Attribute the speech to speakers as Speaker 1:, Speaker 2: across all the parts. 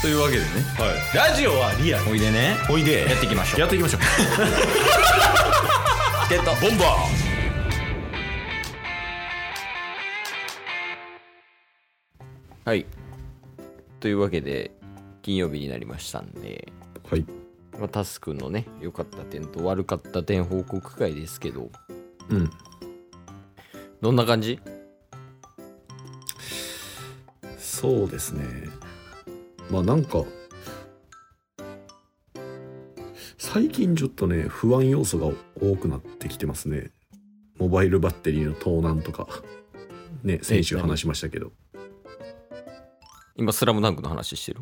Speaker 1: というわけでね
Speaker 2: はい、ラジオはリアル
Speaker 1: おいでね
Speaker 2: おいで
Speaker 1: やっていきましょう
Speaker 2: やって いきましょう
Speaker 1: ゲット
Speaker 2: ボンバ
Speaker 1: はいというわけで金曜日になりましたんで、
Speaker 2: ーはい
Speaker 1: まあ、タスクのね良かった点と悪かった点報告会ですけど
Speaker 2: うん
Speaker 1: どんな感じ
Speaker 2: そうですねまあなんか最近ちょっとね不安要素が多くなってきてますねモバイルバッテリーの盗難とかね先週
Speaker 1: 何
Speaker 2: 話しましたけど
Speaker 1: 今「スラムダンクの話してる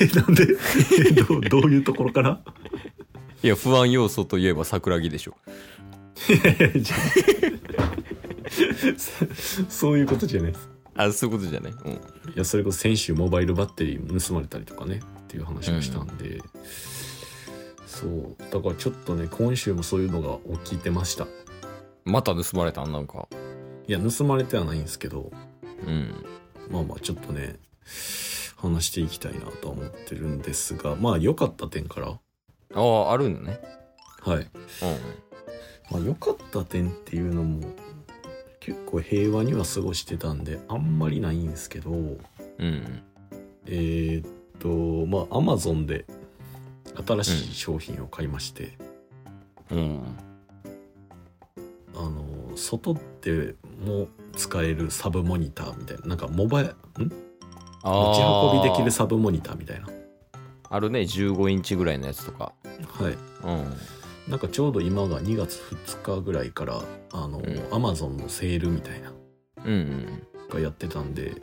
Speaker 2: えなんでえどうどういうところから
Speaker 1: いや不安要素といえば桜木でしょ
Speaker 2: じゃあそそういうことじゃないです
Speaker 1: あそういうことじゃないうん
Speaker 2: いやそれこそ先週モバイルバッテリー盗まれたりとかねっていう話をしたんで、そうだからちょっとね今週もそういうのが起きてました
Speaker 1: また盗まれたんなんか
Speaker 2: いや盗まれてはないんですけど
Speaker 1: うん
Speaker 2: まあまあちょっとね話していきたいなとは思ってるんですがまあ良かった点から
Speaker 1: あああるんだね
Speaker 2: はい
Speaker 1: うん
Speaker 2: まあ良かった点っていうのも結構平和には過ごしてたんであんまりないんですけど
Speaker 1: うん
Speaker 2: えーっとまあアマゾンで新しい商品を買いまして、
Speaker 1: うん
Speaker 2: あの外でも使えるサブモニターみたいななんかモバイん持ち
Speaker 1: あー
Speaker 2: 運びできるサブモニターみたいな
Speaker 1: あるね15インチぐらいのやつとか
Speaker 2: はい
Speaker 1: うん
Speaker 2: なんかちょうど今が2月2日ぐらいからあの、
Speaker 1: ん
Speaker 2: Amazon のセールみたいな
Speaker 1: うん
Speaker 2: がやってたんで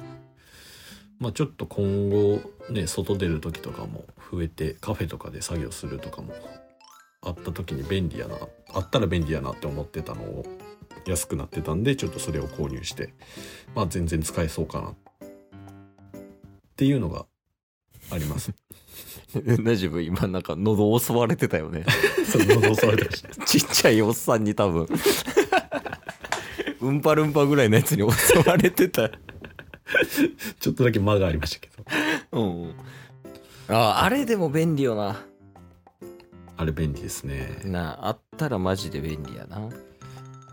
Speaker 2: まあちょっと今後ね外出る時とかも増えてカフェとかで作業するとかもあった時に便利やなあったら便利やなって思ってたのを安くなってたんでちょっとそれを購入してまあ全然使えそうかなっていうのがあります。
Speaker 1: うん大丈夫今なんか喉襲われてたよね
Speaker 2: そう喉押されたし
Speaker 1: ちっちゃいおっさんに多分 うんぱるんぱぐらいのやつに襲われてた
Speaker 2: ちょっとだけ間がありましたけ
Speaker 1: う
Speaker 2: ど
Speaker 1: んうんああれでも便利よな
Speaker 2: あれ便利ですね。
Speaker 1: なああったらマジで便利やな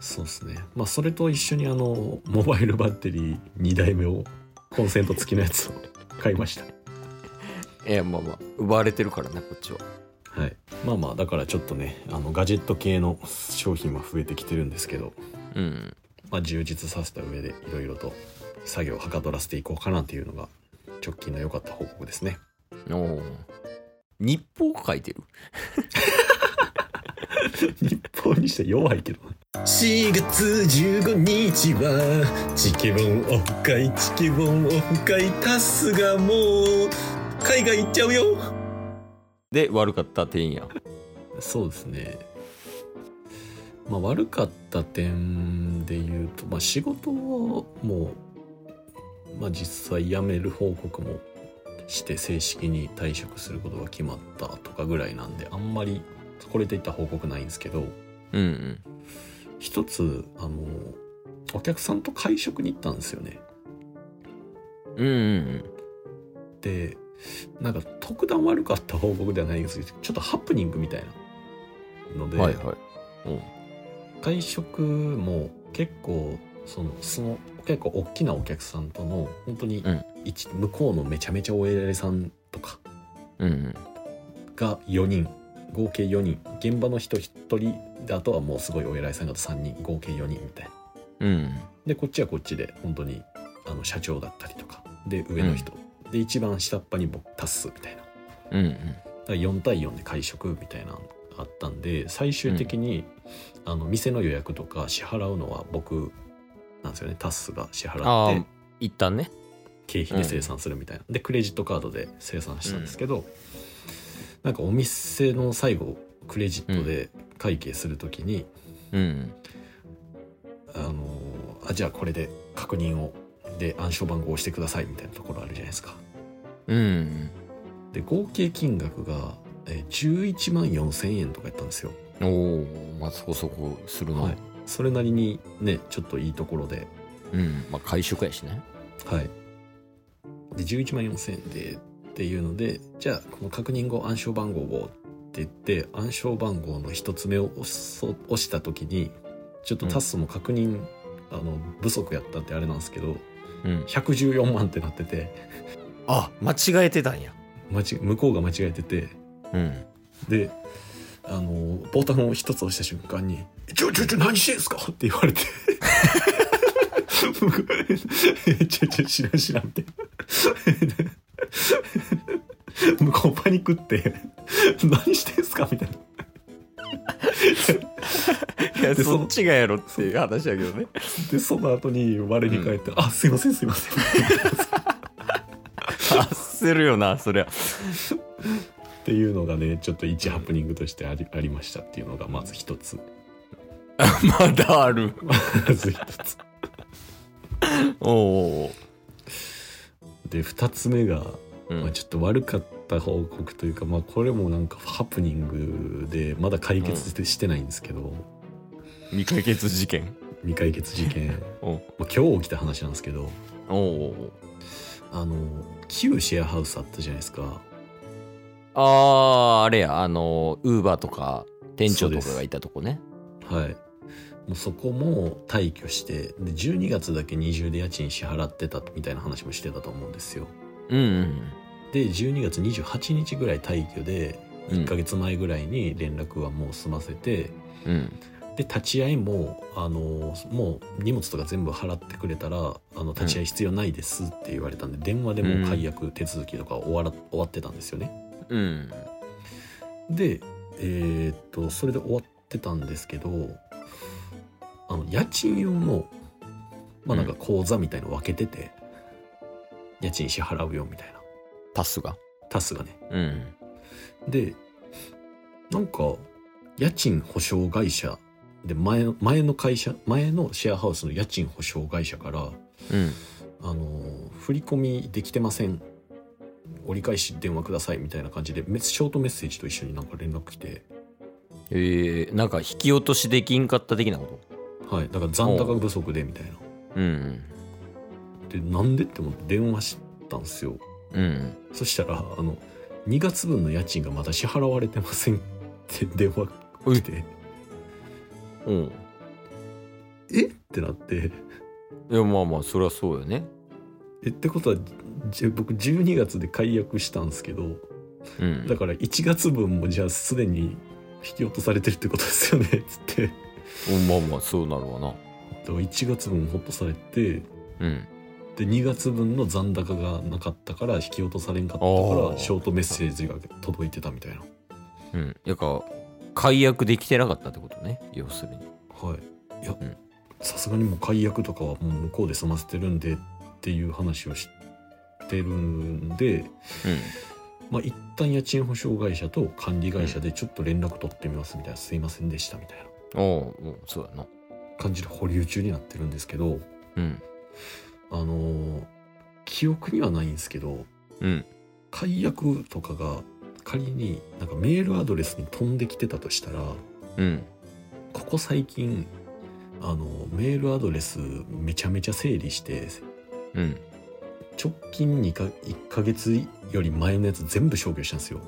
Speaker 2: そうですねまあそれと一緒にあのモバイルバッテリー2台目をコンセント付きのやつを買いました
Speaker 1: いやまあまあ奪われてるからねこっちは
Speaker 2: はいまあまあだからちょっとねあのガジェット系の商品は増えてきてるんですけど、
Speaker 1: うん
Speaker 2: まあ、充実させた上でいろいろと作業をはかどらせていこうかなっていうのが直近の良かった報告ですね
Speaker 1: おお日報書いてる
Speaker 2: 日本にして弱いけど4月15日はチケボンオフ会チケボンオフ会タスがもう海外行っちゃうよ
Speaker 1: で悪かった点や
Speaker 2: そうですね。まあ悪かった点で言うと、まあ仕事をもう、まあ実際辞める報告もして正式に退職することが決まったとかぐらいなんで、あんまりこれといった報告ないんですけど、
Speaker 1: うんうん
Speaker 2: 一つ、あの、お客さんと会食に行ったんですよね。
Speaker 1: うんうん
Speaker 2: で、なんか特段悪かった報告ではないんですけど、ちょっとハプニングみたいなの
Speaker 1: う
Speaker 2: で、
Speaker 1: んはいはい
Speaker 2: 会食も結構そのその結構大きなお客さんとの本当に
Speaker 1: うん
Speaker 2: 一、向こうのめちゃめちゃお偉いさんとか
Speaker 1: うんうん
Speaker 2: が4人合計4人現場の人1人であとはもうすごいお偉いさんが3人合計4人みたいな
Speaker 1: うん
Speaker 2: でこっちはこっちで本当にあの社長だったりとかで上の人、で一番下っ端に僕タスみたいな
Speaker 1: うんうん
Speaker 2: だから4対4で会食みたいなのあったんで最終的に、あの店の予約とか支払うのは僕なんですよねタスが支
Speaker 1: ああ
Speaker 2: 払って
Speaker 1: 一旦ね
Speaker 2: 経費で生産するみたいな、でクレジットカードで生産したんですけど、なんかお店の最後クレジットで会計するときに、
Speaker 1: うん
Speaker 2: あのーあじゃあこれで確認をで暗証番号を押してくださいみたいなところあるじゃないですか
Speaker 1: うん
Speaker 2: で合計金額がえー11万4000円とかやったんですよ
Speaker 1: おおまあそこそこするな、
Speaker 2: はい、それなりにねちょっといいところで,、
Speaker 1: うんまあ会食やしね
Speaker 2: はい、で11万4000円でっていうのでじゃあこの確認後暗証番号をって言って暗証番号の一つ目を押そう押した時にちょっとタスも確認、あの不足やったってあれなんですけど
Speaker 1: うん。
Speaker 2: 114万ってなってて
Speaker 3: あ間違えてたんや
Speaker 2: 間違向こうが間違えてて
Speaker 1: うん。
Speaker 2: であのボタンを一つ押した瞬間に「ちょちょちょ何してんすか?」って言われて「僕ちょちょ知らん知らん」って向こうパニックって「何してんすか?」みたいない
Speaker 3: や
Speaker 2: でそ
Speaker 3: そっちがやろっていう話だけどね
Speaker 2: でその後に我に返って「あすいませんすいません」
Speaker 3: 焦るよなそ りゃ
Speaker 2: っていうのがねちょっと一ハプニングとしてありありましたっていうのがまず一つ
Speaker 3: まだある
Speaker 2: まず一つ
Speaker 3: お お
Speaker 2: で二つ目が
Speaker 1: う
Speaker 2: まあ、
Speaker 1: ん。
Speaker 2: ちょっと悪かった報告というか、まあ、これもなんかハプニングでまだ解決して,、してないんですけど
Speaker 3: 未解決事件
Speaker 2: 未解決 事件
Speaker 1: お
Speaker 2: まあ今日起きた話なんですけど
Speaker 1: おお。
Speaker 2: あの旧シェアハウスあったじゃないですか
Speaker 1: ああ、あれや、あの、ウーバーとか、店長と
Speaker 2: そう
Speaker 1: か
Speaker 2: です
Speaker 1: がいたとこね。
Speaker 2: はいもうそこも退去してで12月だけ二重で家賃支払ってたみたいな話もしてたと思うんですよ
Speaker 1: うんうん
Speaker 2: で12月28日ぐらい退去で
Speaker 1: うん。
Speaker 2: 1ヶ月前ぐらいに連絡はもう済ませて、
Speaker 1: うん。
Speaker 2: で立ち会いもあのもう荷物とか全部払ってくれたらあの立ち会い必要ないですって言われたんで、電話でもう解約手続きとか終わら終わってたんですよね。
Speaker 1: うん。
Speaker 2: でえーっとそれで終わってたんですけどあの家賃用のまあなんか口座みたいの分けてて、家賃支払うよみたいな
Speaker 1: タスが。
Speaker 2: タスがね。
Speaker 1: うん。
Speaker 2: でなんか家賃保証会社で前の前の会社前のシェアハウスの家賃保証会社から
Speaker 1: うん。
Speaker 2: あの振り込みできてません折り返し電話くださいみたいな感じでメショートメッセージと一緒になんか連絡来て
Speaker 1: えー、なんか引き落としできんかった的なこ
Speaker 2: はいだから残高不足でみたいな
Speaker 1: とうん
Speaker 2: でなんでって思って電話したんですよ
Speaker 1: うんうん
Speaker 2: そしたらあの2月分の家賃がまだ支払われてませんって電話来て
Speaker 1: うん
Speaker 2: えってなって
Speaker 1: いやまあまあそりゃそうよね
Speaker 2: えってことはじ僕12月で解約したんですけど
Speaker 1: うん
Speaker 2: だから1月分もじゃあすでに引き落とされてるってことですよねっつってだか
Speaker 1: うんまあまあそうなるわな
Speaker 2: ら1月分ほっとされて
Speaker 1: うん
Speaker 2: で2月分の残高がなかったから引き落とされんかったか
Speaker 1: あ
Speaker 2: ら
Speaker 1: ー
Speaker 2: ショートメッセージが届いてたみたいな
Speaker 1: うんやか解約できてなかったってことね要するに
Speaker 2: はいいや
Speaker 1: うん
Speaker 2: さすがにもう解約とかはもう向こうで済ませてるんでっていう話をしてるんでまあ、一旦家賃保証会社と管理会社でちょっと連絡取ってみますみたいな、すいませんでしたみたいな
Speaker 1: うんおうおうそうやな
Speaker 2: 感じで保留中になってるんですけど、
Speaker 1: うん
Speaker 2: あのー記憶にはないんですけど、
Speaker 1: うん
Speaker 2: 解約とかが仮になんかメールアドレスに飛んできてたとしたら、
Speaker 1: うん
Speaker 2: ここ最近、あのメールアドレスめちゃめちゃ整理して、
Speaker 1: うん
Speaker 2: 直近2か1ヶ月より前のやつ全部消去したんですよ。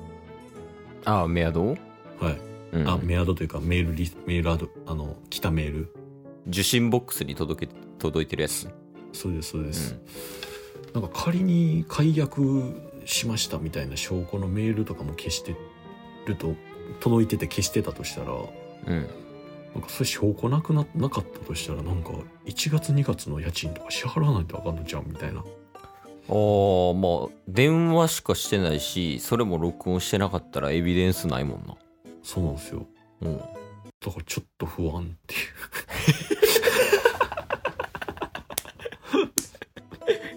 Speaker 1: ああメアドを
Speaker 2: はい。
Speaker 1: うん
Speaker 2: あ、メアドというかメールリ、メールアド、あの、来たメール。
Speaker 1: 受信ボックスに届け届いてるやつ
Speaker 2: そうですそうです、なんか仮に解約しましたみたいな証拠のメールとかも消してると届いてて消してたとしたらな
Speaker 1: うん
Speaker 2: んかそれ証拠なくななかったとしたらなんか1月2月の家賃とか支払わないとあかんのじゃんみたいな
Speaker 1: ああまあ電話しかしてないしそれも録音してなかったらエビデンスないもんな
Speaker 2: そうなんですよ
Speaker 1: うん
Speaker 2: だからちょっと不安っていう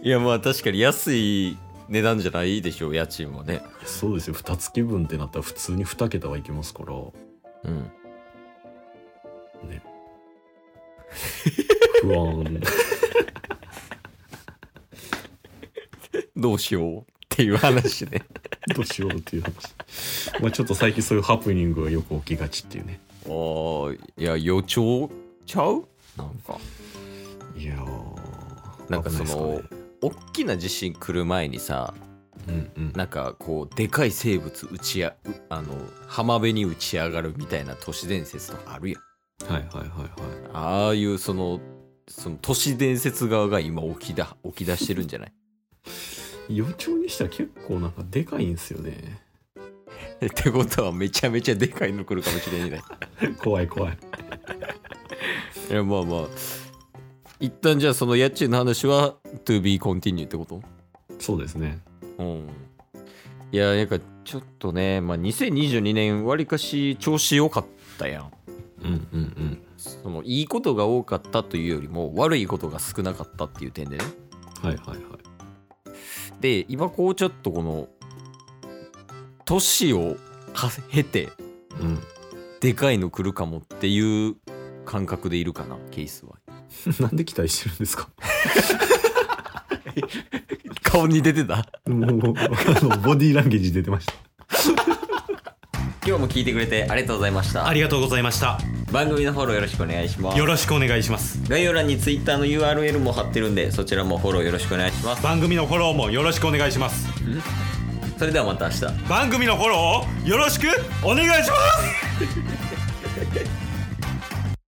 Speaker 1: いやまあ確かに安い値段じゃないでしょう家賃はね
Speaker 2: そうですよ2月分ってなったら普通に2桁はいけますから
Speaker 1: うん
Speaker 2: 不安
Speaker 1: どうしようっていう話ね
Speaker 2: どうしようっていう話まあちょっと最近そういうハプニングがよく起きがちっていうね
Speaker 1: ああいや予兆ちゃうなんか
Speaker 2: いやー
Speaker 1: なんかその
Speaker 2: 危いっすね
Speaker 1: 大きな地震来る前にさ
Speaker 2: うんうん
Speaker 1: なんかこうでかい生物打ちやうあの浜辺に打ち上がるみたいな都市伝説とかあるやん
Speaker 2: はいはいはいはい
Speaker 1: ああいうそのその都市伝説側が今起きだ起き出してるんじゃない
Speaker 2: 予兆にしたら結構なんかでかいんすよね
Speaker 1: ってことはめちゃめちゃでかいの来るかもしれない ね
Speaker 2: 怖い怖い
Speaker 1: いやまあまあ一旦じゃあその家賃の話は to be continue ってこと
Speaker 2: そうですね
Speaker 1: うんいやなんかちょっとね、まあ、2022年わりかし調子良かったやん
Speaker 2: うんうん
Speaker 1: そのいいことが多かったというよりも悪いことが少なかったっていう点でね
Speaker 2: うんはいはいはい
Speaker 1: で今こうちょっとこの年を経て
Speaker 2: うん
Speaker 1: でかいの来るかもっていう感覚でいるかなケースは
Speaker 2: なんで期待してるんですか
Speaker 1: 顔に出てた
Speaker 2: もう あのボディーランゲージ出てました
Speaker 1: 今日も聞いてくれてありがとうございました
Speaker 4: ありがとうございました
Speaker 1: 番組のフォローよろしくお願いします
Speaker 4: よろしくお願いします
Speaker 1: 概要欄に Twitter の URL も貼ってるんでそちらもフォローよろしくお願いします
Speaker 4: 番組のフォローもよろしくお願いします
Speaker 1: それではまた明日
Speaker 4: 番組のフォローをよろしくお願いします